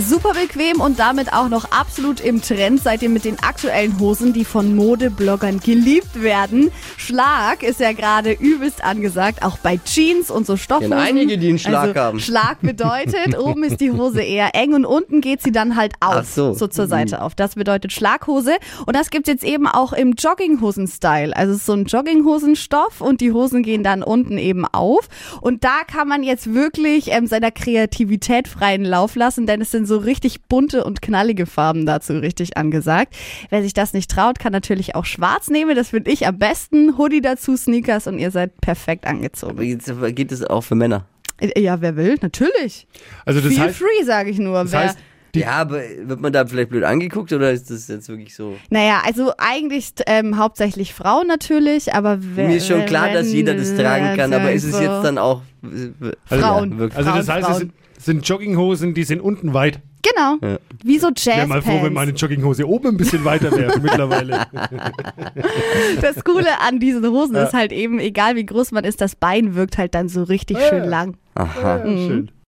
Super bequem und damit auch noch absolut im Trend seid ihr mit den aktuellen Hosen, die von Modebloggern geliebt werden. Schlag ist ja gerade übelst angesagt, auch bei Jeans und so Stoffhosen. Kennen einige, die einen Schlag also, haben. Schlag bedeutet, oben ist die Hose eher eng und unten geht sie dann halt auf, Ach so. Mhm. zur Seite auf. Das bedeutet Schlaghose und das gibt's jetzt eben auch im Jogginghosen-Style. Also es ist so ein Jogginghosenstoff und die Hosen gehen dann unten eben auf und da kann man jetzt wirklich ähm, seiner Kreativität freien Lauf lassen, denn es sind so richtig bunte und knallige Farben dazu richtig angesagt. Wer sich das nicht traut, kann natürlich auch schwarz nehmen. Das finde ich am besten. Hoodie dazu, Sneakers und ihr seid perfekt angezogen. Jetzt geht es auch für Männer. Ja, wer will? Natürlich. Also das Feel heißt, free, sage ich nur. das wer, heißt, die, Ja, aber wird man da vielleicht blöd angeguckt oder ist das jetzt wirklich so? naja, also eigentlich ähm, hauptsächlich Frauen natürlich, aber wer. Mir ist schon klar, wenn- dass jeder das tragen kann, aber ist es so. jetzt dann auch äh, Also- Frauen. wirklich. also das Frauen, heißt, es sind, sind Jogginghosen, die sind unten weit. Genau. Ja. Wie so Ich wäre mal froh, wenn meine Jazzpants. Jogginghose oben ein bisschen weiter wäre mittlerweile. Das Coole an diesen Hosen Also, ist halt eben, egal wie groß man ist, das Bein wirkt halt dann so richtig schön lang. Aha. Schön.